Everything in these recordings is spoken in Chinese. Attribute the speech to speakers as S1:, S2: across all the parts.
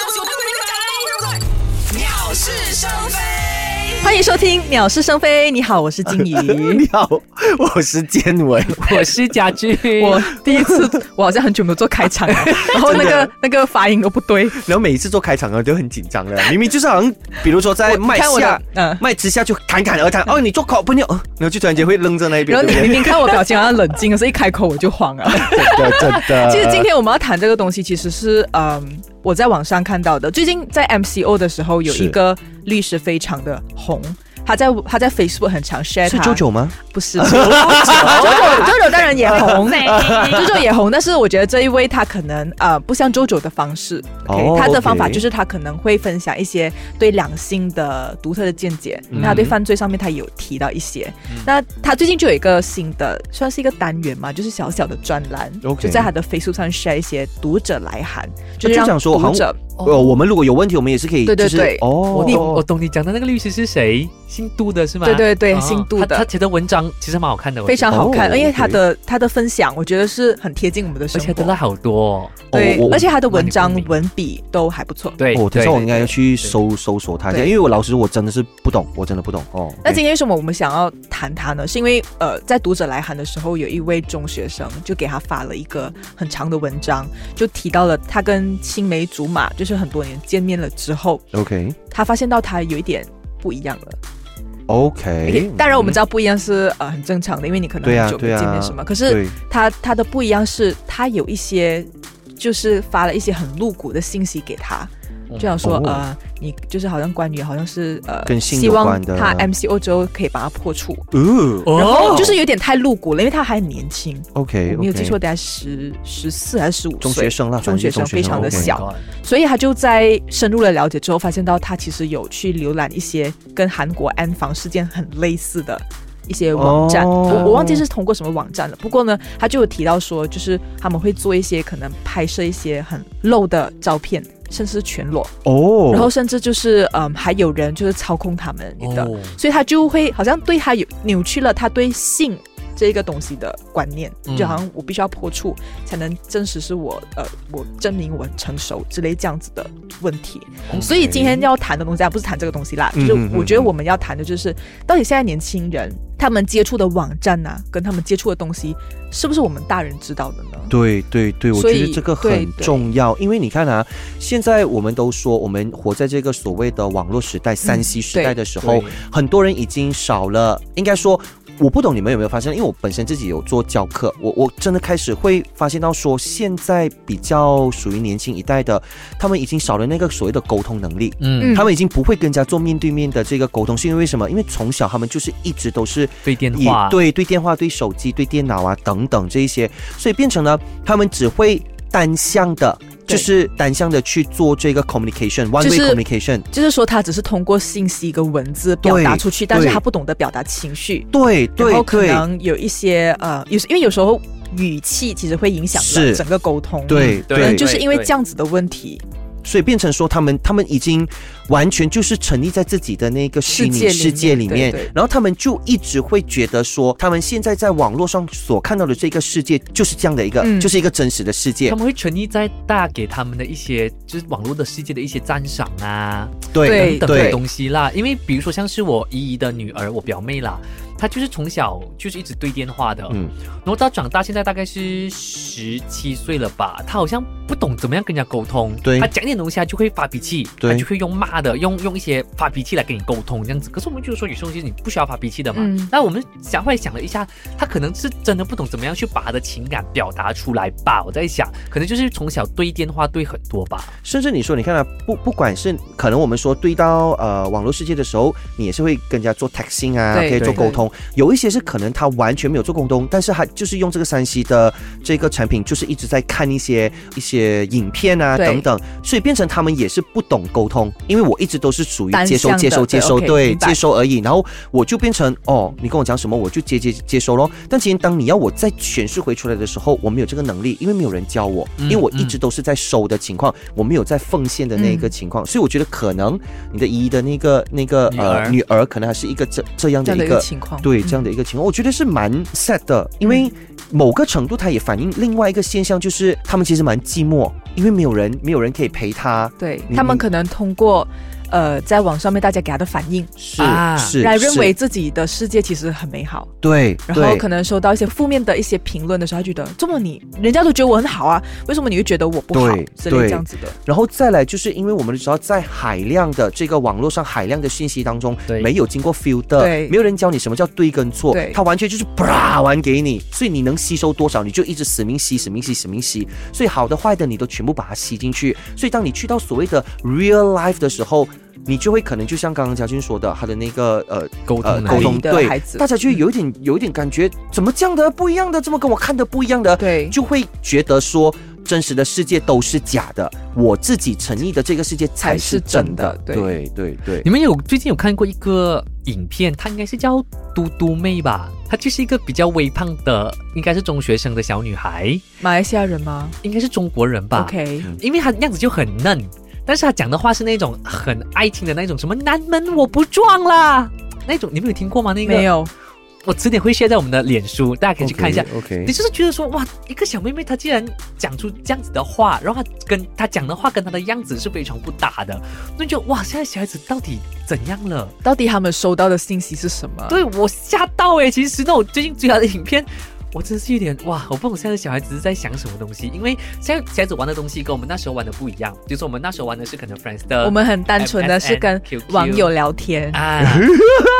S1: 东西？我不跟你讲了，鸟是生非。
S2: 欢迎收听《鸟是生非》，你好，我是金怡。
S3: 你好，我是建文。
S4: 我是家具，
S2: 我第一次，我好像很久没有做开场 了，然后那个那个发音都不对，
S3: 然后每一次做开场啊，都很紧张的，明明就是好像，比如说在
S2: 我
S3: 麦
S2: 看我的
S3: 下，
S2: 嗯
S3: 麦之下就侃侃而谈。哦，你做烤朋友，哦然后就突然间会愣在那边，
S2: 然后你
S3: 对不对？
S2: 明明看我表情好像冷静，可是一开口我就慌 了。
S3: 真的真的。
S2: 其实今天我们要谈这个东西，其实是嗯，我在网上看到的。最近在 MCO 的时候，有
S3: 是
S2: 一个律师非常的红，他在他在 Facebook 很常 share
S3: 是
S2: 他
S3: 九九吗？
S2: 不是九九，九九当然也红，九九也红，但是我觉得这一位他可能呃不像九九的方式，OK，、
S3: 哦
S2: 他的
S3: OK
S2: 方法就是他可能会分享一些对两性的独特的见解，那他对犯罪上面他也有提到一些。那他最近就有一个新的，算是一个单元嘛，就是小小的专栏
S3: OK
S2: 就在他的 Facebook 上 share 一些读者来函，
S3: 就是
S2: 让
S3: 想说
S2: 读
S3: 好像
S2: 者
S3: 呃，我们如果有问题，我们也是可以，
S2: 对对
S3: 就是
S2: 对
S3: 哦
S4: 我，懂，我懂你讲的那个律师是谁？姓杜的是吗？
S2: 对对对
S4: 哦
S2: 姓杜的
S4: 他他写的文章其实蛮好看的，我觉得
S2: 非常好看，
S3: 哦
S2: 因为他
S3: OK
S2: 的他的分享，我觉得是很贴近我们的
S4: 而
S2: 生
S4: 且得
S2: 活
S4: 了。好多哦。
S2: 对
S3: 我，我
S2: 而且他的文章
S4: 那你不
S2: 文笔都还不错。
S4: 对，
S3: 哦，等一
S4: 对
S3: 下我应该要去搜搜索他一下，
S2: 对
S3: 因为我老实我真的是不懂，我真的不懂哦。
S2: 那今天为什么我们想要谈他呢？是因为呃，在读者来函的时候，有一位中学生就给他发了一个很长的文章，就提到了他跟青梅竹马，就是很多年见面了之后，
S3: OK
S2: 他发现到他有一点不一样了。
S3: OK，
S2: 当然我们知道不一样是呃很正常的，因为你可能
S3: 对啊
S2: 很久没
S3: 对啊
S2: 见面什么。可是
S3: 对
S2: 他他的不一样是，他有一些就是发了一些很露骨的信息给他。
S4: 嗯
S2: 就想说、
S3: 哦
S2: 呃，你就是好像关于好像是呃，
S3: 跟性
S2: 希
S3: 有
S2: 望
S3: 关的
S2: 他 MCO 之后可以把它破除，
S3: 呃
S2: 然后
S4: 哦
S2: 就是有点太露骨了，因为他还很年轻，
S3: ，OK，
S2: 我没有记错，大概十十四还是十五岁，
S3: 中学生啦反正
S2: 中学生
S3: 中学生
S2: 非常的
S3: OK
S2: 小，
S4: Oh
S2: 所以他就在深入的了解之后，发现到他其实有去浏览一些跟韩国安防事件很类似的。一些网站，
S3: 哦
S2: 我我忘记是通过什么网站了。不过呢，他就有提到说，就是他们会做一些可能拍摄一些很露的照片，甚至是全裸，
S3: 哦，
S2: 然后甚至就是嗯，还有人就是操控他们的，
S4: 哦
S2: 所以他就会好像对他有扭曲了他对性这个东西的观念，
S4: 嗯
S2: 就好像我必须要破处才能证实是我呃我证明我很成熟之类这样子的问题。所以今天要谈的东西啊，不是谈这个东西啦，就
S3: 嗯
S2: 是
S3: 嗯嗯
S2: 我觉得我们要谈的就是到底现在年轻人他们接触的网站呐、跟他们接触的东西，是不是我们大人知道的呢？
S3: 对对对，我
S2: 所
S3: 觉
S2: 以
S3: 得这个
S2: 对
S3: 很
S2: 对
S3: 重要，因为你看啊，现在我们都说我们活在这个所谓的网络时代、三
S2: 嗯
S3: C 时代的时候
S4: 对，
S3: 很多人已经少了，应该说。我不懂你们有没有发现，因为我本身自己有做教课，我我真的开始会发现到说，现在比较属于年轻一代的，他们已经少了那个所谓的沟通能力，
S4: 嗯，
S3: 他们已经不会跟人家做面对面的这个沟通，是因为什么？因为从小他们就是一直都是
S4: 对电
S3: 也
S4: 话，
S3: 对对电话、对手机、对电脑啊等等这一些，所以变成了他们只会单向的，
S2: 对
S3: 就是单向的去做这个 communication，one
S2: 就
S3: way
S2: 是
S3: communication。
S2: 就是说，他只是通过信息跟文字表达出去，
S3: 对
S2: 但是他
S3: 对
S2: 不懂得表达情绪，
S3: 对对
S2: 然后可
S3: 对
S2: 能有一些呃，有时因为有时候语气其实会影响了
S3: 是
S2: 整个沟通，
S3: 对
S2: 可能
S3: 对，
S2: 嗯就是因为
S4: 对对
S2: 这样子的问题，
S3: 所以变成说他们他们已经完全就是沉溺在自己的那个虚拟
S2: 世
S3: 世
S2: 界
S3: 界
S2: 里面
S3: 里
S2: 对对
S3: 面，然后他们就一直会觉得说，他们现在在网络上所看到的这个世界就是这样的一个，
S2: 嗯
S3: 就是一个真实的世界
S4: 他。们会沉溺在大家给他们的一些就是网络的世界的一些赞赏啊，
S2: 对
S3: 对
S4: 等的东西啦。因为比如说像是我姨姨的女儿，我表妹啦，她就是从小就是一直对电话的，
S3: 嗯
S4: 然后到长大现在大概是十七岁了吧，她好像不懂怎么样跟人家沟通，
S3: 对
S4: 她讲一点东西她就会发脾气，
S3: 对
S4: 她就会用骂的，用用一些发脾气来跟你沟通这样子。可是我们就是说有些东西你不需要发脾气的嘛
S2: 嗯，
S4: 那、我们想后来想了一下，她可能是真的不懂怎么样去把她的情感表达出来吧，我在想，可能就是从小对电话对很多吧，
S3: 甚至你说，你看啊，不不管是可能我们说对到呃网络世界的时候，你也是会跟人家做 texting 啊，
S2: 对
S3: 可以做
S4: 对
S3: 沟通。有一些是可能他完全没有做沟通，但是他就是用这个山西的这个产品，就是一直在看一些一些影片啊
S2: 对
S3: 等等，所以变成他们也是不懂沟通。因为我一直都是属于
S2: 单
S3: 接收
S2: 向的
S3: 接收
S2: 对
S3: 接收，
S2: OK，
S3: 对
S2: 明白
S3: 接收而已。然后我就变成哦，你跟我讲什么我就接接接收咯。但其实当你要我再诠释回出来的时候，我没有这个能力，因为没有人教我，
S4: 嗯
S3: 因为我一直都是在收的情况，我没有在奉献的那个
S2: 嗯
S3: 情况，所以我觉得可能你的姨的那个那个
S4: 女儿
S3: 呃女儿可能还是一个这这样
S2: 这
S3: 的
S2: 样的
S3: 一
S2: 一个
S3: 个
S2: 情况。嗯况。
S3: 对这样的一个情况，我觉得是蛮 sad 的，因为某个程度它也反映另外一个现象，就是他们其实蛮寂寞，因为没有人，没有人可以陪他。
S2: 对
S3: 你
S2: 他们
S3: 你
S2: 可能通过呃在网上面大家给他的反应，
S3: 是、
S4: 啊
S3: 是，
S2: 来
S3: 是
S2: 认为自己的世界其实很美好，
S3: 对，
S2: 然后
S3: 对
S2: 可能收到一些负面的一些评论的时候，他觉得这么你人家都觉得我很好啊，为什么你会觉得我不好
S3: 对
S2: 之类
S3: 对
S2: 这样子的？
S3: 然后再来，就是因为我们知道，在海量的这个网络上海量的信息当中
S4: 对，
S3: 没有经过 filter，
S2: 对
S3: 没有人教你什么叫对跟错
S2: 对，
S3: 它完全就是啪完给你，所以你能吸收多少，你就一直死命吸，死命吸，死命吸，所以好的坏的你都全部把它吸进去。所以当你去到所谓的 real life 的时候，你就会可能就像刚刚嘉俊说的，他的那个呃
S4: 沟
S3: 呃
S4: 通能
S3: 沟
S4: 力
S3: 通
S2: 的
S3: 对
S2: 孩子
S3: 大家就有一点有一点感觉，怎么这样的不一样的，怎么跟我看的不一样的，
S2: 对
S3: 就会觉得说真实的世界都是假的，我自己成立的这个世界才是真的。
S2: 才是真的
S3: 对对对
S4: 你们有最近有看过一个影片，它应该是叫嘟嘟妹吧？她就是一个比较微胖的，应该是中学生的小女孩，
S2: 马来西亚人吗
S4: 应该是中国人吧
S2: ？OK，
S4: 因为她样子就很嫩，但是她讲的话是那种很爱听的那种，什么南门我不撞啦那种，你们有听过吗？那个
S2: 没，有，
S4: 我迟点会 share 在我们的脸书，大家可以去看一下。
S3: OK，
S4: 你就是觉得说，哇，一个小妹妹她竟然讲出这样子的话，然后她跟她讲的话跟她的样子是非常不搭的，那你就哇，现在小孩子到底怎样了？
S2: 到底他们收到的信息是什么？
S4: 对我吓到哎、其实那我最近追她的影片。我真是有点哇！我不懂现在的小孩子是在想什么东西，因为现在小孩子玩的东西跟我们那时候玩的不一样。就是我们那时候玩的是可能 Friends
S3: 呃
S4: 的，
S2: 我们很单纯的是跟
S4: MSN
S2: 网友聊天。
S4: 啊，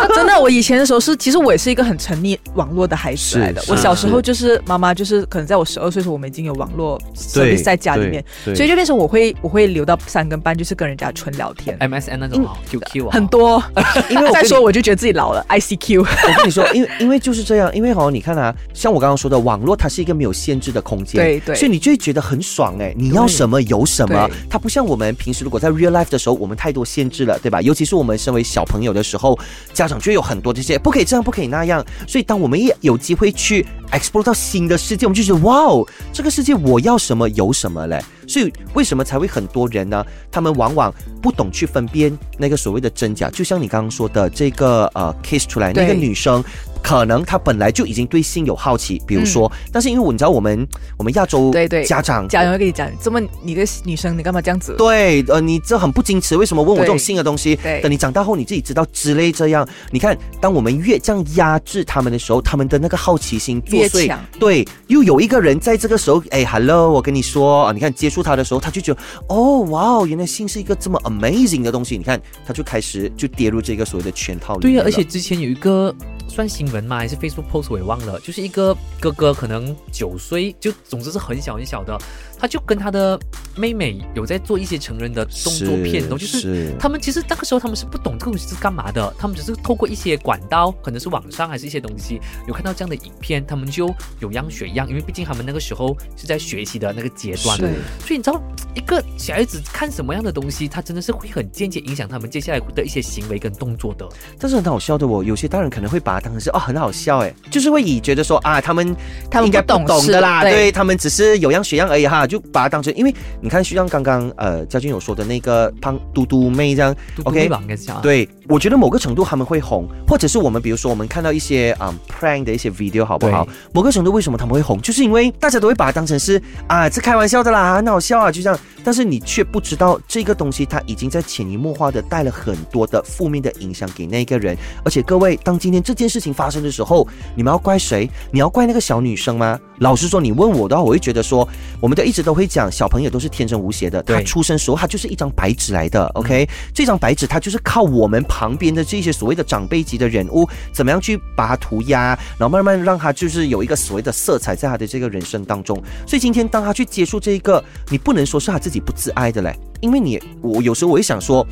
S2: 啊真的，我以前的时候是，其实我也是一个很沉溺网络的孩子来的。
S3: 是
S2: 我
S4: 是
S2: 小时候就是妈妈就是可能在我十二岁的时候，我们已经有网络设备在家里面，，
S3: 对
S2: 所以就变成我会我会留到三更半，就是跟人家纯聊
S3: 哎
S2: 天。
S4: MSN 那种哦 QQ 啊，
S2: 很 多，
S3: 因为我
S2: 再
S3: 跟你
S2: 说我就觉得自己老了。ICQ，
S3: 我跟你说，因为因为就是这样，因为好像你看啊，像我刚刚说的，网络它是一个没有限制的空间，
S2: 对对
S3: 所以你就会觉得很爽哎、你要什么有什么
S2: 对，
S3: 它不像我们平时如果在 real life 的时候，我们太多限制了，对吧？尤其是我们身为小朋友的时候，家长就有很多这些不可以这样，不可以那样，所以当我们一有机会去 explore 到新的世界，我们就觉得哇哦，这个世界我要什么有什么嘞。所以为什么才会很多人呢？他们往往不懂去分辨那个所谓的真假，就像你刚刚说的这个呃 case 出来那个
S2: 对
S3: 女。女生，可能她本来就已经对性有好奇，比如说，但是因为我你知道我们我们亚洲
S2: 嗯对对
S3: 家长
S2: 家人会跟你讲，这么你个女生，你干嘛这样子？
S3: 对呃你这很不矜持，为什么问我
S2: 对
S3: 这种性的东西
S2: 对？
S3: 等你长大后你自己知道之类这样。你看，当我们越这样压制他们的时候，他们的那个好奇心作
S2: 越
S3: 祟
S2: 强。
S3: 对，又有一个人在这个时候，哎，hello，我跟你说，啊你看接触他的时候，他就觉得哦哇哦，原来性是一个这么 amazing 的东西。你看，他就开始就跌入这个所谓的圈套里
S4: 对
S3: 面
S4: 呀、
S3: 了。
S4: 而且之前有一个呃算新闻嘛，还是 Facebook post 我也忘了，就是一个哥哥可能九岁，就总之是很小很小的，他就跟他的妹妹有在做一些成人的动作片，然后就是。
S3: 是
S4: 他们其实那个时候他们是不懂这个东西是干嘛的，他们只是透过一些管道，可能是网上还是一些东西，有看到这样的影片，他们就有样学样，因为毕竟他们那个时候是在学习的那个阶段，
S3: 是
S4: 所以你知道，一个小孩子看什么样的东西，他真的是会很间接影响他们接下来的一些行为跟动作的。
S3: 但是很好笑的哦，有些大人可能会把它当成是哦很好笑哎，就是会以觉得说啊他们
S2: 他们
S3: 应该
S2: 不懂
S3: 懂
S2: 事
S3: 的啦，
S2: 对
S3: 对他们只是有样学样而已哈，就把它当成因为你看就像刚刚呃家俊有说的那个胖嘟嘟妹这样
S4: 嘟嘟
S3: ，OK
S4: 妹吧，应该是这样啊。
S3: 对，我觉得某个程度他们会红，或者是我们比如说我们看到一些嗯 prank 的一些 video 好不好
S4: 对？
S3: 某个程度为什么他们会红，就是因为大家都会把它当成是啊这开玩笑的啦，很好笑啊，就这样。但是你却不知道这个东西它已经在潜移默化的带了很多的负面的影响给那个人。而且各位，当今天这件事情发生的时候，你们要怪谁？你要怪那个小女生吗？老实说，你问我的话，我会觉得说，我们都一直都会讲，小朋友都是天真无邪的，
S4: 对
S3: 他出生时候他就是一张白纸来的，OK，、这张白纸他就是靠我们旁边的这些所谓的长辈级的人物，怎么样去把它涂鸦，然后慢慢让他就是有一个所谓的色彩在他的这个人生当中。所以今天当他去接触这一个，你不能说是他自己不自爱的嘞，因为你我有时候我会想说。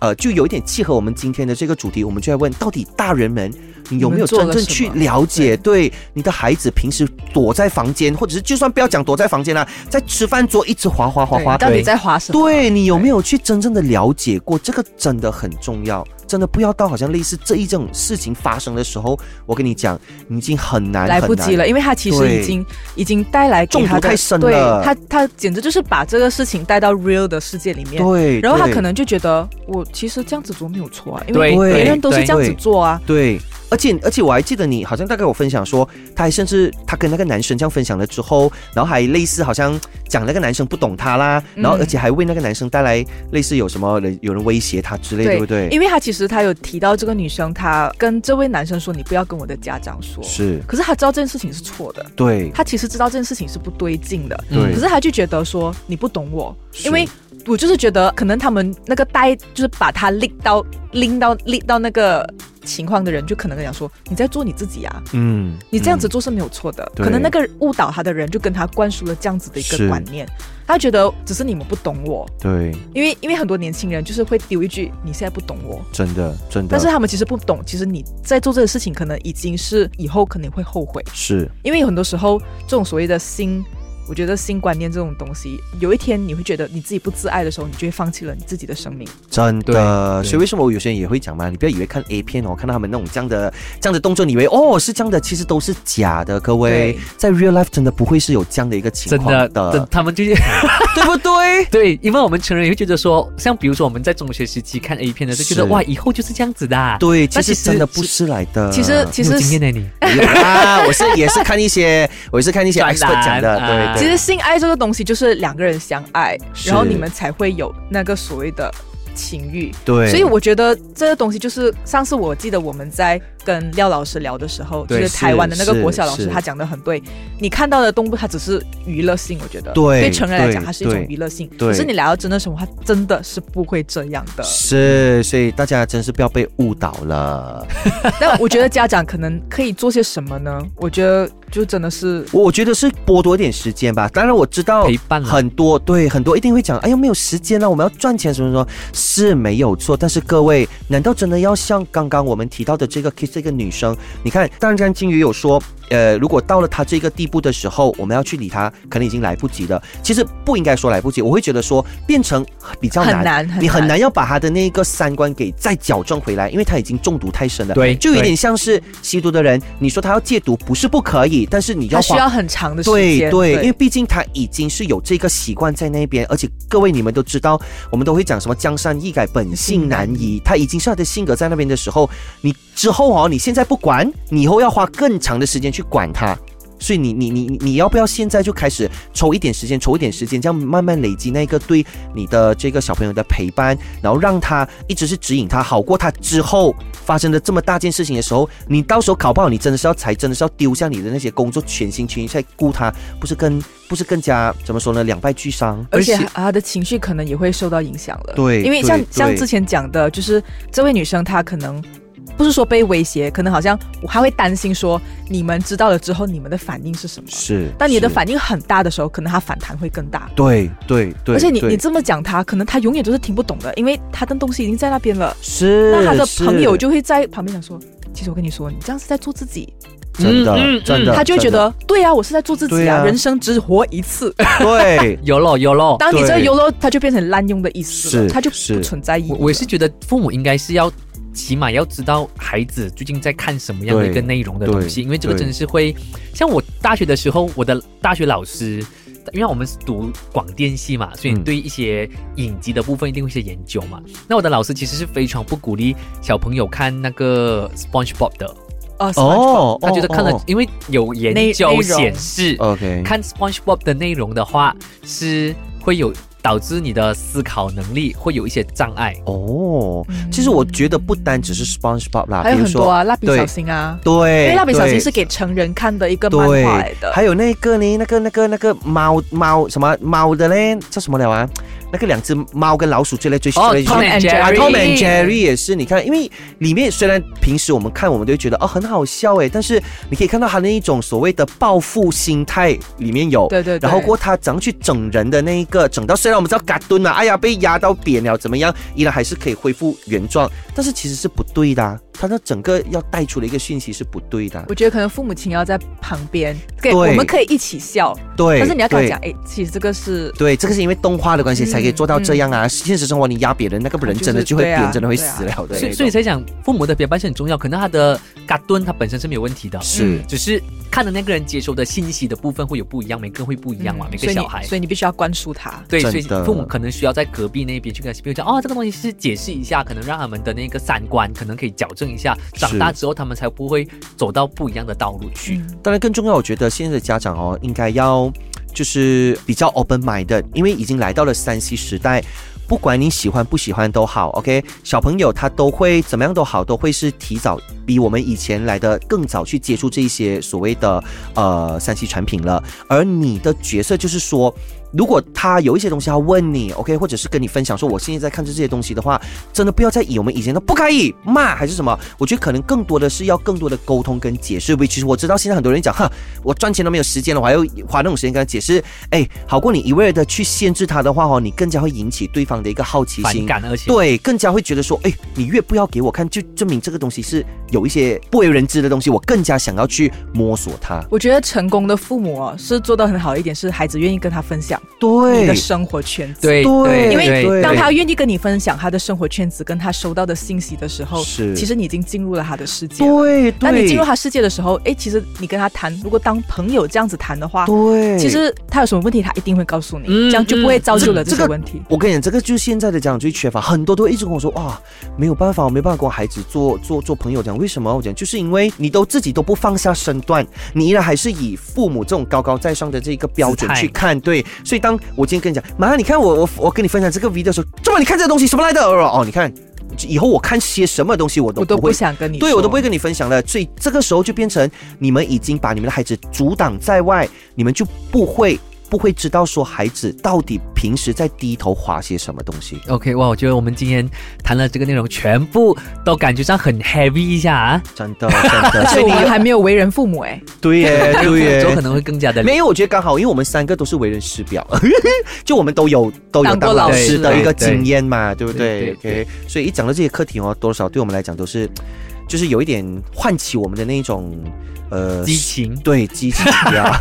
S3: 呃，就有一点契合我们今天的这个主题，我们就在问，到底大人们你有没有
S2: 你们做
S3: 真
S2: 了
S3: 正去
S2: 什么
S3: 了解对你的孩子平时躲在房间，或者是就算不要讲躲在房间啦、在吃饭桌一直滑滑滑
S2: 对
S3: 滑，
S2: 到底在划什么？
S3: 对你有没有去真正的了解过？这个真的很重要，真的不要到好像类似这一种事情发生的时候，我跟你讲，你已经很难
S2: 来不及，
S3: 很难
S2: 了，因为他其实
S3: 对
S2: 已经已经带来给他
S3: 中毒
S2: 的
S3: 太深了
S2: 对他他简直就是把这个事情带到 real 的世界里面，
S3: 对，
S2: 然后他
S3: 对
S2: 可能就觉得我其实这样子做没有错啊，因
S4: 对
S2: 为
S3: 对
S2: 别人都是
S4: 对
S2: 这样子做啊，
S3: 对而且而且我还记得你好像大概有分享说，他还甚至他跟那个男生这样分享了之后，然后还类似好像讲那个男生不懂他啦，
S2: 嗯
S3: 然后而且还为那个男生带来类似有什么人有人威胁他之类，对不对？
S2: 因为他其实他有提到这个女生，她跟这位男生说：“你不要跟我的家长说。”
S3: 是，
S2: 可是他知道这件事情是错的，
S3: 对，
S2: 他其实知道这件事情是不对劲的，
S4: 嗯
S3: 对
S2: 可是他就觉得说你不懂我，
S3: 是
S2: 因为我就是觉得可能他们那个带就是把他拎到拎到拎到那个情况的人，就可能跟他讲说你在做你自己啊，
S3: 嗯，
S2: 你这样子做是没有错的。
S3: 对
S2: 可能那个误导他的人就跟他灌输了这样子的一
S3: 是
S2: 个观念，他觉得只是你们不懂我，
S3: 嗯，对，
S2: 因为因为很多年轻人就是会丢一句你现在不懂我。
S3: 真的真的，
S2: 但是他们其实不懂，其实你在做这个事情，可能已经是以后肯定会后悔。
S3: 是
S2: 因为有很多时候这种所谓的新，我觉得新观念这种东西，有一天你会觉得你自己不自爱的时候，你就会放弃了你自己的生命。
S3: 真的，
S4: 对对
S3: 所以为什么我有些人也会讲嘛？你不要以为看 A 片哦，看到他们那种这样的这样的动作，你以为哦是这样的，其实都是假的。各位
S2: 对，
S3: 在 real life 真的不会是有这样的一个情
S4: 真
S3: 况
S4: 的，真他们就是
S3: 对不对？
S4: 对，因为我们成人也会觉得说，像比如说我们在中学时期看 A 片的，就觉得
S3: 是
S4: 哇，以后就是这样子的啊、
S3: 对，其
S4: 但
S3: 实
S4: 其实
S3: 真的不是来的。
S2: 其实，其
S4: 你有经验
S2: 实。
S4: 呢你。
S3: 有啊，我是也是看一 些，我也是看一些
S4: 专栏
S3: expert 讲的，
S4: 啊
S3: 对
S2: 其
S3: 对。
S2: 实性爱这个东西就是两个人相爱，
S3: 是
S2: 然后你们才会有那个所谓的情欲。
S3: 对，
S2: 所以我觉得这个东西就是上次我记得我们在跟廖老师聊的时候，就
S4: 对
S2: 是台湾的那个
S3: 是
S2: 国小老师
S3: 是
S2: 他讲的很对。你看到的动物它只是娱乐性，我觉得
S3: 对
S2: 对成人来讲
S3: 对
S2: 它是一种
S3: 对
S2: 娱乐性，
S3: 对
S2: 可是你来到真的生活，它真的是不会这样的。
S3: 是，所以大家真是不要被误导了。
S2: 但我觉得家长可能可以做些什么呢？我觉得就真的是
S3: 我我觉得是剥夺一点时间吧。当然我知道
S4: 陪伴了
S3: 哦很多，对很多一定会讲，哎呦没有时间了，我们要赚钱什么什么，是没有错。但是各位，难道真的要像刚刚我们提到的这个 kiss 这个女生？你看，当然刚刚金鱼有说，呃，如果到了她这个地步的时候，我们要去理她，可能已经来不及了。其实不应该说来不及，我会觉得说变成比较
S2: 很
S3: 难。
S2: 难，很
S3: 你很难要把他的那个三观给再矫正回来，因为他已经中毒太深了。
S4: 对
S3: 就有
S4: 对
S3: 点像是吸毒的人，你说他要戒毒不是不可以，但是你
S2: 它
S3: 要
S2: 需
S3: 花
S2: 要很长的时
S3: 对
S2: 间。
S3: 对，因为毕竟他已经是有这个习惯在那边，而且各位你们都知道，我们都会讲什么江山易改，本性难
S2: 嗯
S3: 移，他已经是他的性格在那边的时候，你之后哦，你现在不管，你以后要花更长的时间去管他。所以你你你你你要不要现在就开始抽一点时间，抽一点时间，这样慢慢累积那个对你的这个小朋友的陪伴，然后让他一直是指引他，好过他之后发生了这么大件事情的时候，你到时候考不好，你真的是要才真的是要丢下你的那些工作，全心全意在顾他，不是更不是更加怎么说呢？两败俱伤。
S2: 而且
S4: 而且
S2: 他的情绪可能也会受到影响了。
S3: 对
S2: 因为像
S3: 对
S2: 像
S3: 对
S2: 之前讲的，就是这位女生她可能不是说被威胁，可能好像我还会担心说你们知道了之后你们的反应是什么。
S3: 是，
S2: 当你的
S3: 是
S2: 反应很大的时候，可能她反弹会更大。
S3: 对对对，
S2: 而且你
S3: 对
S2: 你这么讲她，可能她永远都是听不懂的，因为她的东西已经在那边了。
S3: 是
S2: 那她的
S3: 是
S2: 朋友就会在旁边讲说：“其实我跟你说，你这样是在做自己。
S3: 真的、
S4: 嗯嗯。
S3: 真的，
S2: 她就会觉
S3: 真的
S2: 得：“对啊，我是在做自己
S3: 对
S2: 啊，
S3: 啊
S2: 人生只活一次。
S3: 对
S4: 有咯有咯，
S2: 当你这个
S3: 对
S2: YOLO，它就变成滥用的意思了，
S3: 是
S2: 它就是不存在意义
S4: 我
S2: 了。
S4: 我也是觉得父母应该是要。起码要知道孩子最近在看什么样的一个
S3: 对
S4: 内容的东西，
S3: 对
S4: 因为这个
S3: 对
S4: 真的是会，像我大学的时候，我的大学老师，因为我们是读广电系嘛，所以
S3: 嗯
S4: 对一些影集的部分一定会一些研究嘛。那我的老师其实是非常不鼓励小朋友看那个 SpongeBob 的，
S2: 啊，
S3: 哦，
S4: 他觉得看了，
S3: 哦
S4: 因为有研
S2: 内
S4: 究
S2: 内容
S4: 显示，
S3: 哦 OK，
S4: 看 SpongeBob 的内容的话，是会有导致你的思考能力会有一些障碍。
S3: 哦，其实我觉得不单只是 SpongeBob 啦，
S2: 还有
S3: 比如
S2: 很多
S3: 说
S2: 啊，蜡笔
S3: 对
S2: 小新啊，
S3: 对，
S2: 因为蜡笔小新
S3: 对
S2: 是给成人看的一个漫
S3: 对
S2: 画来的，
S3: 还有那个呢，那个那个那个猫猫什么猫的嘞，叫什么了啊？那个两只猫跟老鼠追来追去
S4: 哦
S3: 追来追去
S4: Tom and Jerry
S3: 啊，Tom and Jerry 也是，你看，因为里面虽然平时我们看我们都会觉得哦很好笑哎，但是你可以看到他那一种所谓的报复心态里面有，
S2: 对对对
S3: 然后过后他怎样去整人的那一个整到，虽然我们知道嘎蹲了，哎呀被压到扁了怎么样，依然还是可以恢复原状，但是其实是不对的、啊，他那整个要带出的一个讯息是不对的啊，
S2: 我觉得可能父母亲要在旁边，给我
S3: 对
S2: 们可以一起笑，
S3: 对，
S2: 但是你要跟他
S3: 对
S2: 讲，哎，其实这个是
S3: 对，这个是因为动画的关系
S2: 嗯
S3: 才可以做到这样啊。现实生活你压别人，那个人真的就会
S2: 就是对啊
S3: 扁，真的会死了的那
S4: 所
S3: 种。
S4: 以所以才讲父母的陪伴是很重要。可能他的嘎顿它本身是没有问题的，
S3: 是
S4: 只是看的那个人接收的信息的部分会有不一样，每个人会不一样嘛，每
S2: 嗯所
S4: 个
S2: 以
S4: 小
S2: 你
S4: 孩。
S2: 所以你必须要灌输他。
S4: 对，所以
S3: 真的
S4: 父母可能需要在隔壁那边去跟，比如讲，哦，这个东西是解释一下，可能让他们的那个三观可能可以矫正一下，长大之后他们才不会走到不一样的道路去。
S2: 嗯
S3: 当然更重要，我觉得现在的家长哦，应该要就是比较 open minded，因为已经来到了三 C 时代。不管你喜欢不喜欢都好，OK，小朋友他都会怎么样都好，都会是提早比我们以前来的更早去接触这些所谓的呃三 C 产品了。而你的角色就是说，如果他有一些东西他问你，OK，或者是跟你分享说我现在在看这些东西的话，真的不要再以我们以前的不可以骂还是什么，我觉得可能更多的是要更多的沟通跟解释。which is 我知道现在很多人讲哈，我赚钱都没有时间了，我还要花那种时间跟他解释，哎，好过你一味的去限制他的话哦，你更加会引起对方的一个好奇
S4: 反
S3: 心。
S4: 感，而且
S3: 对，更加会觉得说，哎，你越不要给我看，就证明这个东西是有一些不为人知的东西，我更加想要去摸索它。
S2: 我觉得成功的父母哦，是做到很好的一点，是孩子愿意跟他分享你
S3: 对
S2: 的，生活圈子。
S4: 对
S3: 对
S4: 对，
S2: 因为
S4: 对
S2: 当他愿意跟你分享他的生活圈子跟他收到的信息的时候，
S3: 是
S2: 其实你已经进入了他的世界了。
S3: 对，对
S2: 当你进入他世界的时候，诶，其实你跟他谈，如果当朋友这样子谈的话，
S3: 对，
S2: 其实他有什么问题，他一定会告诉你，
S4: 嗯
S2: 这样就不会造就了
S3: 嗯
S2: 这
S3: 这
S2: 些
S3: 个
S2: 问题。
S3: 我跟你讲，这个就是现在的家长最缺乏，很多都会一直跟我说哇，没有办法，我没办法跟我孩子做做做朋友。讲为什么？我讲就是因为你都自己都不放下身段，你依然还是以父母这种高高在上的这个标准
S4: 姿态
S3: 去看。对，所以当我今天跟你讲，妈，你看我我我跟你分享这个 V 的时候，这么你看这个东西什么来的？哦，你看以后我看些什么东西我都
S2: 我都
S3: 不
S2: 不
S3: 会
S2: 想跟你说，
S3: 对我都不会跟你分享了。所以这个时候就变成你们已经把你们的孩子阻挡在外，你们就不会不会知道说孩子到底平时在低头划些什么东西。
S4: OK，哇，我觉得我们今天谈了这个内容，全部都感觉上很 heavy 一下啊。
S3: 真的，真的，
S2: 而
S3: 所
S2: 且
S3: 以
S2: 我
S3: 你
S2: 们还没有为人父母诶。
S3: 对耶，对
S4: 之后
S3: 耶。
S4: 可能会更加的
S3: 没有，我觉得刚好，因为我们三个都是为人师表， 就我们都有都有
S2: 当过
S3: 当老
S2: 老
S3: 师
S4: 师
S3: 的一个
S4: 对对
S3: 经验嘛，对不对
S4: 对对
S3: o k 所以一讲到这些课题哦，多少对我们来讲都是，就是有一点唤起我们的那种呃
S4: 激，情。
S3: 对啊激 情呀，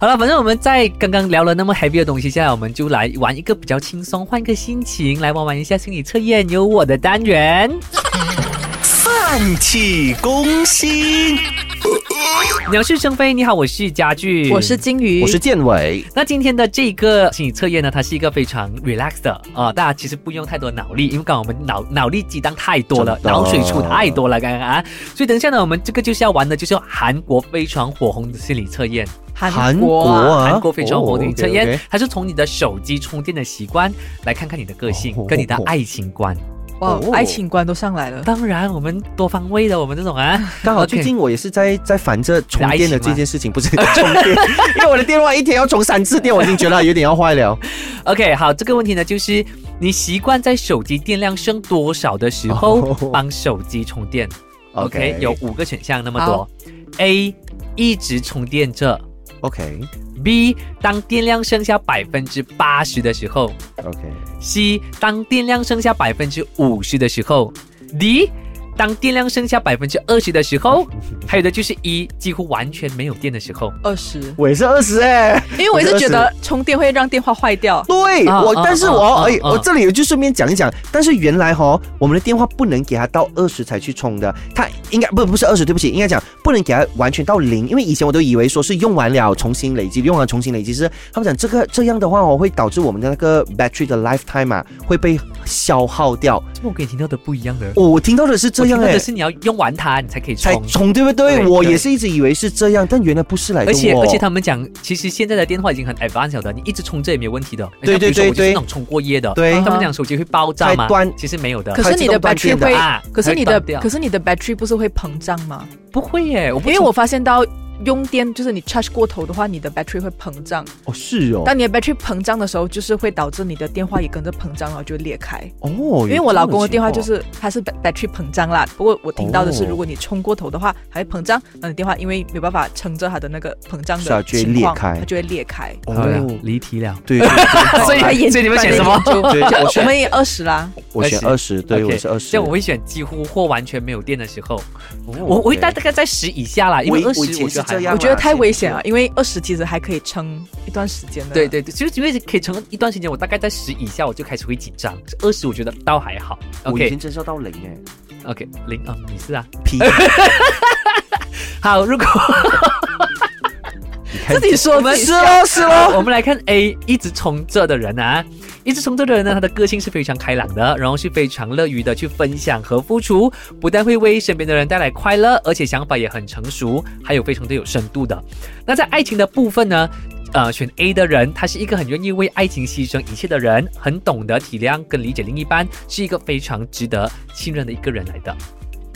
S4: 好了，反正我们在刚刚聊了那么 heavy 的东西，现在我们就来玩一个比较轻松，换个心情来玩玩一下心理测验，有我的单元。
S5: 泛起攻心。
S4: 鸟是生非，你好，我是家具，
S2: 我是金鱼，
S3: 嗯我是建伟，
S4: 那今天的这个心理测验呢，它是一个非常 relax 的啊、大家其实不用太多脑力，因为刚刚我们脑脑力激荡太多了，
S3: 真的
S4: 脑水出太多了，刚刚啊，所以等一下呢，我们这个就是要玩的，就是韩国非常火红的心理测验，
S2: 韩国啊、
S3: 啊
S4: 韩国非常火红的心理测验，
S3: 哦，OK，OK
S4: 它是从你的手机充电的习惯来看看你的个性、
S3: 哦
S4: 跟你的爱情观。
S2: 哇
S3: 哦，
S2: 爱情观都上来了。
S4: 当然，我们多方位的，我们这种啊，
S3: 刚好
S4: OK
S3: 最近我也是在在烦着充电的这件事情，不是 充电，因为我的电话一天要充三次电，我已经觉得有点要坏了。
S4: OK，好，这个问题呢，就是你习惯在手机电量剩多少的时候
S3: 哦
S4: 帮手机充电。OK，, 有五个选项那么多
S2: 好。
S4: A 一直充电着
S3: OK
S4: ，B 当电量剩下百分之八十的时候
S3: OK，
S4: ，C 当电量剩下百分之五十的时候，D 当电量剩下百分之二十的时候，还有的就是 E 几乎完全没有电的时候。
S2: 二十，
S3: 我也是二十哎，
S2: 因为我一直觉
S3: 哦我
S2: 得充电会让电话坏掉。
S3: 对
S4: 啊
S3: 我，
S4: 啊
S3: 但是
S4: 啊
S3: 我
S4: 啊
S3: 哎，
S4: 啊
S3: 我这里就顺便讲一讲，但是原来哈，我们的电话不能给它到二十才去充的，它应该不不是二十，对不起，应该讲不能给它完全到零，因为以前我都以为说是用完了重新累积，用完重新累积是他们讲这个这样的话哦，会导致我们的那个 battery 的 lifetime 啊会被消耗掉。
S4: 这么我跟你听到的不一样的。
S3: 我听到的是这样
S4: 我听
S3: 哎、
S4: 到的是你要用完它，你才可以
S3: 才
S4: 充。
S3: 冲对不对？
S4: 对
S3: 我
S4: 对
S3: 也是一直以为是这样，但原来不是来的。哦
S4: 而且
S3: 我
S4: 而且他们讲，其实现在的电话已经很 advanced 了，你一直充这也没有问题的。
S3: 对对
S4: 像比
S3: 对
S4: 如说我就是
S3: 对
S4: 那种充过夜的，
S3: 对
S4: 他们讲手机会爆炸
S3: 开
S4: 嘛
S3: 端，
S4: 其实没有的。
S2: 可是你的
S3: 它自
S2: battery
S3: 动断电的
S2: 会
S4: 啊，
S2: 可是你
S4: 它会
S2: 的
S4: 断掉
S2: 可是你的 battery 不是会膨胀吗？
S4: 不会
S3: 哎
S4: 耶，我不
S2: 因为
S4: 充
S2: 我发现到用电就是你 charge 过头的话，你的 battery 会膨胀。
S3: 哦是哦
S2: 当你的 battery 膨胀的时候，就是会导致你的电话也跟着膨胀，然后就裂开。
S3: 哦，
S2: 因为我老公的电话就是他是 bat- battery 膨胀啦，不过我听到的是，
S3: 哦
S2: 如果你充过头的话，还会膨胀，那你电话因为没办法撑着它的那个膨胀
S3: 是啊
S2: 的
S3: 就会
S2: 情况，
S3: 裂开
S2: 它就会裂开。
S3: 有
S4: 好
S3: 这
S4: 了
S3: 样的情况哦，
S4: 离题 了。
S3: 对，对对
S4: 所以
S3: 好
S2: 还 研
S4: 所以你们选什么
S2: 究
S3: 对
S2: 就
S3: 我选
S2: 我们也二十啦，
S3: 我选二十，对
S4: OK，
S3: 我是二十。
S4: 这样我会选几乎或完全没有电的时候，
S3: 哦
S4: 我我会
S3: OK
S4: 大大概在十以下啦，因为
S3: 我
S4: 二
S3: 以
S4: 十
S3: 我以前是
S4: 我觉得
S3: 这
S4: 还
S3: 样
S4: 好
S2: 我觉得太危险
S3: 啊
S2: 了，因为二十其实还可以撑一段时间的。
S4: 对，对对，就是因为可以撑一段时间，我大概在十以下我就开始会紧张，二十我觉得倒还好。
S3: 我以
S4: OK，
S3: 前真是要到零哎，
S4: OK，零啊、你是啊。
S3: 批，
S4: 好，如果
S2: 自己说
S4: 我们
S2: 自己说，是喽。
S4: 我们来看 A，一直冲这的人啊，一直冲这的人呢，他的个性是非常开朗的，然后是非常乐于的去分享和付出，不但会为身边的人带来快乐，而且想法也很成熟，还有非常的有深度的。那在爱情的部分呢？呃，选 A 的人，他是一个很愿意为爱情牺牲一切的人，很懂得体谅跟理解另一半，是一个非常值得信任的一个人来的。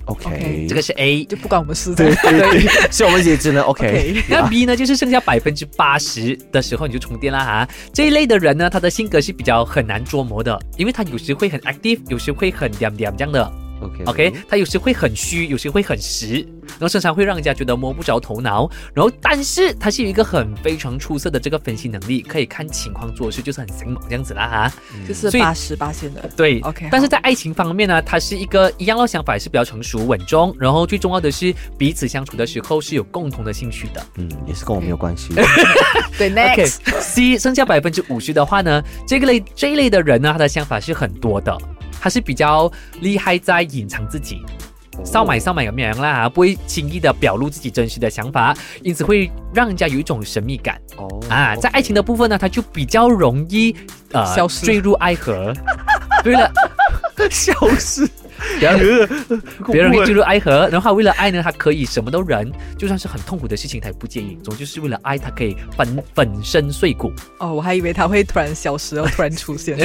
S3: OK，
S2: OK，
S4: 这个是 A，
S2: 就不关我们事。
S3: 对对对，是我们姐只能 OK，
S4: 那 B 呢，就是剩下百分之八十的时候你就充电啦哈。这一类的人呢，他的性格是比较很难捉摸的，因为他有时会很 active，有时会很点点这样的。
S3: OK
S4: OK，他
S2: 嗯
S4: 有时会很虚，有时会很实，然后常常会让人家觉得摸不着头脑。然后，但是他是有一个很非常出色的这个分析能力，可以看情况做事，就是很醒猛这样子啦哈。
S2: 就是
S4: 所以
S2: 八十八线的，
S4: 对
S2: OK，
S4: 但是
S2: 好
S4: 在爱情方面呢，他是一个一样的想法，也是比较成熟稳重，然后最重要的是彼此相处的时候是有共同的兴趣的。
S3: 嗯，也是跟我没有关 系。
S2: 对
S4: OK
S2: next，
S4: C 剩下百分之五十的话呢，这个类这一类的人呢，他的想法是很多的，他是比较厉害在隐藏自己。少买少买有没有啦？不会轻易的表露自己真实的想法，因此会让人家有一种神秘感
S3: 哦
S4: 啊。在爱情的部分呢，他就比较容易呃
S2: 消失
S4: 坠入爱河。对了，
S3: 消失，然后
S4: 别人会坠入爱河，然后他为了爱呢，他可以什么都忍，就算是很痛苦的事情，他也不介意。总之是为了爱，他可以粉粉身碎骨。
S2: 哦，我还以为他会突然消失，然后突然出现，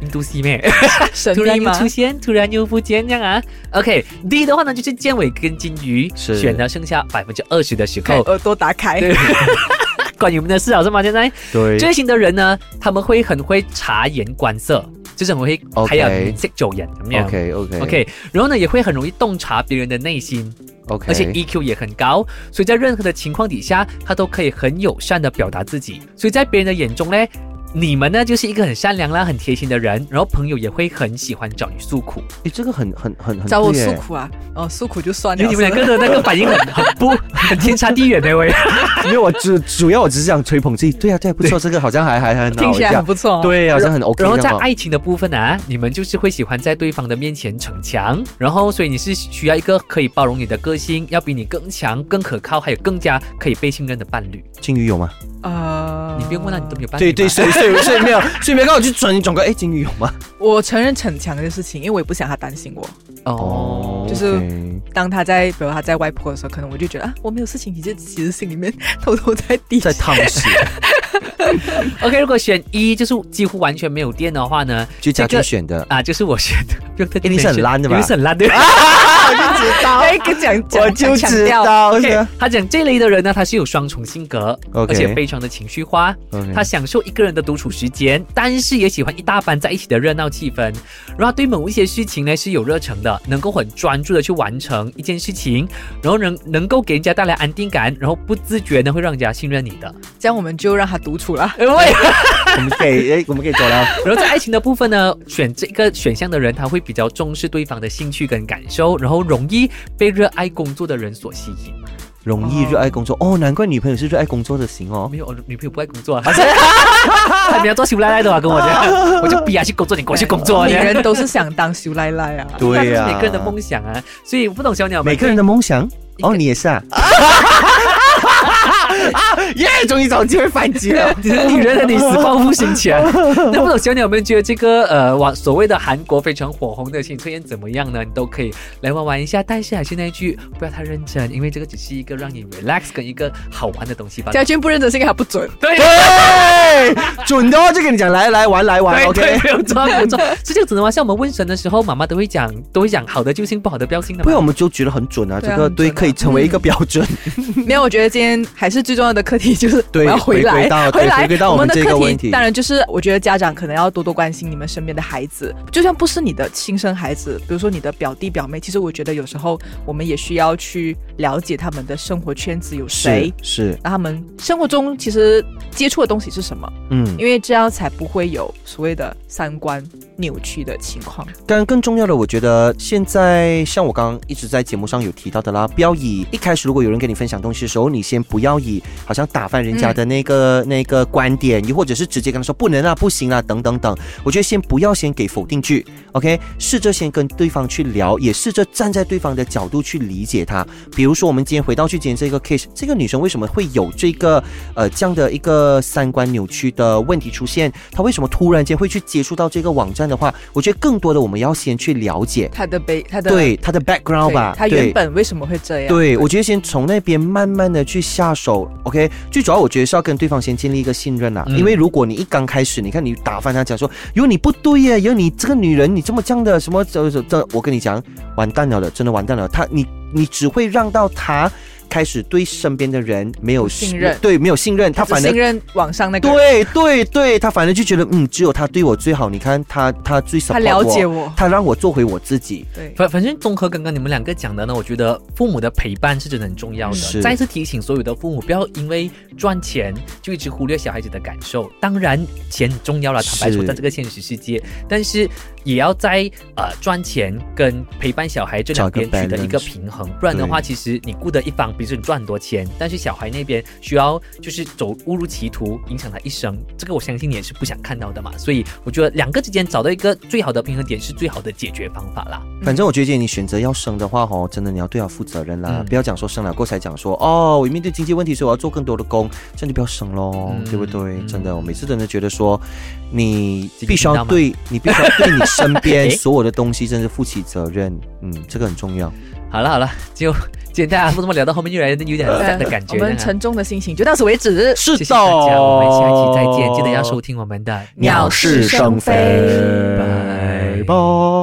S4: 印度西妹。
S2: 神
S4: 突然
S2: 秘
S4: 又
S2: 吗？
S4: 出现，突然又不见，这样啊。OK，D 的话呢，就是健尾跟金鱼，
S3: 是
S4: 选了剩下百分之二十的时
S2: 哎
S4: 候，
S2: 耳朵打开，
S4: 哦对 关于我们的事了是吗？现在
S3: 对
S4: 这一型的人呢，他们会很会察言观色，就是很会
S3: OK
S4: 还有明色走人，怎么样
S3: OK OK
S4: OK，然后呢，也会很容易洞察别人的内心，
S3: OK，
S4: 而且 EQ 也很高，所以在任何的情况底下，他都可以很友善的表达自己。所以在别人的眼中呢，你们呢就是一个很善良啦、很贴心的人，然后朋友也会很喜欢找你诉苦。
S3: 你这个很很很很
S2: 找我
S3: 对耶
S2: 诉苦啊，哦，诉苦就算
S4: 因
S2: 了。
S4: 为你们两个的那个反应很很不很天差地远的喂，
S3: 没有，我主主要我只是想吹捧自己。对呀、啊，对、啊，不错，这个好像还还还很好
S2: 听起
S3: 这
S2: 来很
S3: 样
S2: 不错哦。
S3: 对，好像很 OK
S4: 然后在
S3: 那么
S4: 爱情的部分啊，你们就是会喜欢在对方的面前逞强，然后所以你是需要一个可以包容你的个性，要比你更强、更可靠，还有更加可以被信任的伴侣。
S3: 金鱼有吗？
S2: 呃，
S4: 你不用问了，啊你都没有伴侣。
S3: 对对，，所以所以所以没有，所以没有。刚好就转转过，哎，金鱼有吗？
S2: 我承认逞强这个事情，因为我也不想他担心我。
S4: 哦，
S2: 就是
S3: OK
S2: 当他在，比如他在外婆的时候，可能我就觉得啊，我没有事情，你就其实心里面偷偷在滴
S3: 在烫死，
S4: OK，如果选一就是几乎完全没有电的话呢，
S3: 就家
S4: 这
S3: 俊
S4: 个
S3: 选的。
S4: 啊，就是我选的，不用特地
S3: 哎你是很
S4: 选
S3: 烂的吧啊
S4: 你们是很烂对吧？
S2: 哎，跟讲讲，
S3: 我就
S2: 强
S3: 知
S2: 调
S3: 道啊
S4: OK，
S3: 的。
S4: 他讲这类的人呢，他是有双重性格
S3: OK
S4: 而且非常的情绪化。
S3: OK
S4: 他享受一个人的独处时间，但是也喜欢一大班在一起的热闹气氛。然后他对某一些事情呢是有热忱的，能够很专注的去完成一件事情，然后能能够给人家带来安定感，然后不自觉呢会让人家信任你的。
S2: 这样我们就让他独处了。
S4: 因为
S3: 我们可以，哎，我们可以走了。
S4: 然后在爱情的部分呢，选这个选项的人，他会比较重视对方的兴趣跟感受，然后容易被热爱工作的人所吸引。
S3: 容易热爱工作哦，难怪女朋友是热爱工作的型哦。
S4: 没有，我女朋友不爱工 作啊，她你要做修奶奶的嘛，跟我讲，我就逼她去工作， 你给我去工作
S2: 女
S4: 这样。
S2: 人都是想当修奶奶 啊。
S4: 那
S3: 对
S4: 就是
S3: 呀、
S4: 每个人的梦想啊，所以我不懂小鸟们
S3: 每个人的梦想
S4: 一个
S3: 哦，你也是啊。耶，终于找机会反击 了。
S4: 你是女人的你死报复心切。 那不懂小鸟们觉得这个呃网所谓的韩国非常火红的新测验怎么样呢？你都可以来玩玩一下，但是还是那一句，不要太认真，因为这个只是一个让你 relax 跟一个好玩的东 西吧。
S2: 家军不认真是因为他不准。
S4: 对。
S3: 对，准的哦，就跟你讲，来来玩来玩
S4: 对对，
S3: ，OK。
S4: 没有错，没 有错，是这样子的吗？像我们问神的时候，妈妈都会讲，都会讲好的就行，不好的不要信的嘛。
S3: 不然我们就觉得很准啊，
S2: 对啊
S3: 这个
S2: 很准
S3: 对
S2: 啊
S3: 可以成为一个标准。
S2: 没有，我觉得今天还是最重要的课题就是我
S3: 对
S2: 要回来，
S3: 回归到对
S2: 回来
S3: 回归到我
S2: 我
S3: 们
S2: 的
S3: 这个
S2: 课
S3: 问
S2: 题
S3: 题
S2: 当然就是，我觉得家长可能要多多关心你们身边的孩子，就算不是你的亲生孩子，比如说你的表弟表妹，其实我觉得有时候我们也需要去了解他们的生活圈子有谁
S3: 是。是，
S2: 那他们生活中其实接触的东西是什么？
S3: 嗯，
S2: 因为这样才不会有所谓的三观扭曲的情况。
S3: 但更重要的，我觉得现在像我刚刚一直在节目上有提到的啦，不要以一开始如果有人跟你分享东西的时候，你先不要以好像打翻人家的那个、那个观点，又或者是直接跟他说不能啊、不行啊等等等。我觉得先不要先给否定句，OK，试着先跟对方去聊，也试着站在对方的角度去理解他。比如说，我们今天回到去今天这个 case，这个女生为什么会有这个呃这样的一个三观扭曲的问题出现？她为什么突然间会去接触到这个网站的话？我觉得更多的我们要先去了解。
S2: 他的背，他的
S3: 对她的 background
S2: 对
S3: 吧，
S2: 他原
S3: 对
S2: 本为什么会这样？
S3: 对，我觉得先从那边慢慢的去下手，OK。最主要我觉得是要跟对方先建立一个信任呐、啊
S4: 嗯
S3: 因为如果你一刚开始，你看你打翻他讲说，有你不对耶，有你这个女人，你这么这样的什么这这这，我跟你讲，完蛋了的，真的完蛋了。他你你只会让到他开始对身边的人没有
S2: 信任
S3: 对没有信任，他
S2: 只
S3: 反而
S2: 信任网上那个人，
S3: 对对对，他反而就觉得嗯，只有他对我最好。你看他他最 support
S2: 他了解
S3: 我，
S2: 我，
S3: 他让我做回我自己。
S2: 对，
S4: 反反正综合刚刚你们两个讲的呢，我觉得父母的陪伴是真的很重要
S3: 是
S4: 的。再次提醒所有的父母，不要因为赚钱就一直忽略小孩子的感受。当然，钱重要了，坦白说，
S3: 是
S4: 在这个现实世界，但是也要在呃赚钱跟陪伴小孩这两边
S3: 找个
S4: 取得一个
S3: balance
S4: 平衡，不然的话，其实你顾得一方，比如说你赚很多钱，但是小孩那边需要就是走误入歧途，影响他一生，这个我相信你也是不想看到的嘛。所以我觉得两个之间找到一个最好的平衡点是最好的解决方法啦。
S3: 反正我觉得你选择要生的话，哦，真的你要对他负责任啦，
S4: 嗯
S3: 不要讲说生了过后才讲说哦，我面对经济问题，所以我要做更多的工，这样就不要生喽，
S4: 嗯
S3: 对不对？
S4: 嗯
S3: 真的，我每次真的觉得说，你
S4: 己
S3: 必须要
S4: 听到吗
S3: 对你必须要对你身边
S4: 诶
S3: 所有的东西，真的负起责任，嗯，这个很重要。
S4: 好了好了，就今天大家不这么聊到后面，越来越有点 sad 的感觉
S2: 呃我
S4: 了
S2: 们
S4: 哈。
S2: 沉重的心情就到此为止。
S3: 是
S4: 谢谢大家，我们下
S2: 哦
S4: 一期再见，记得要收听我们的
S3: 鸟事生非，
S4: 拜
S3: 拜。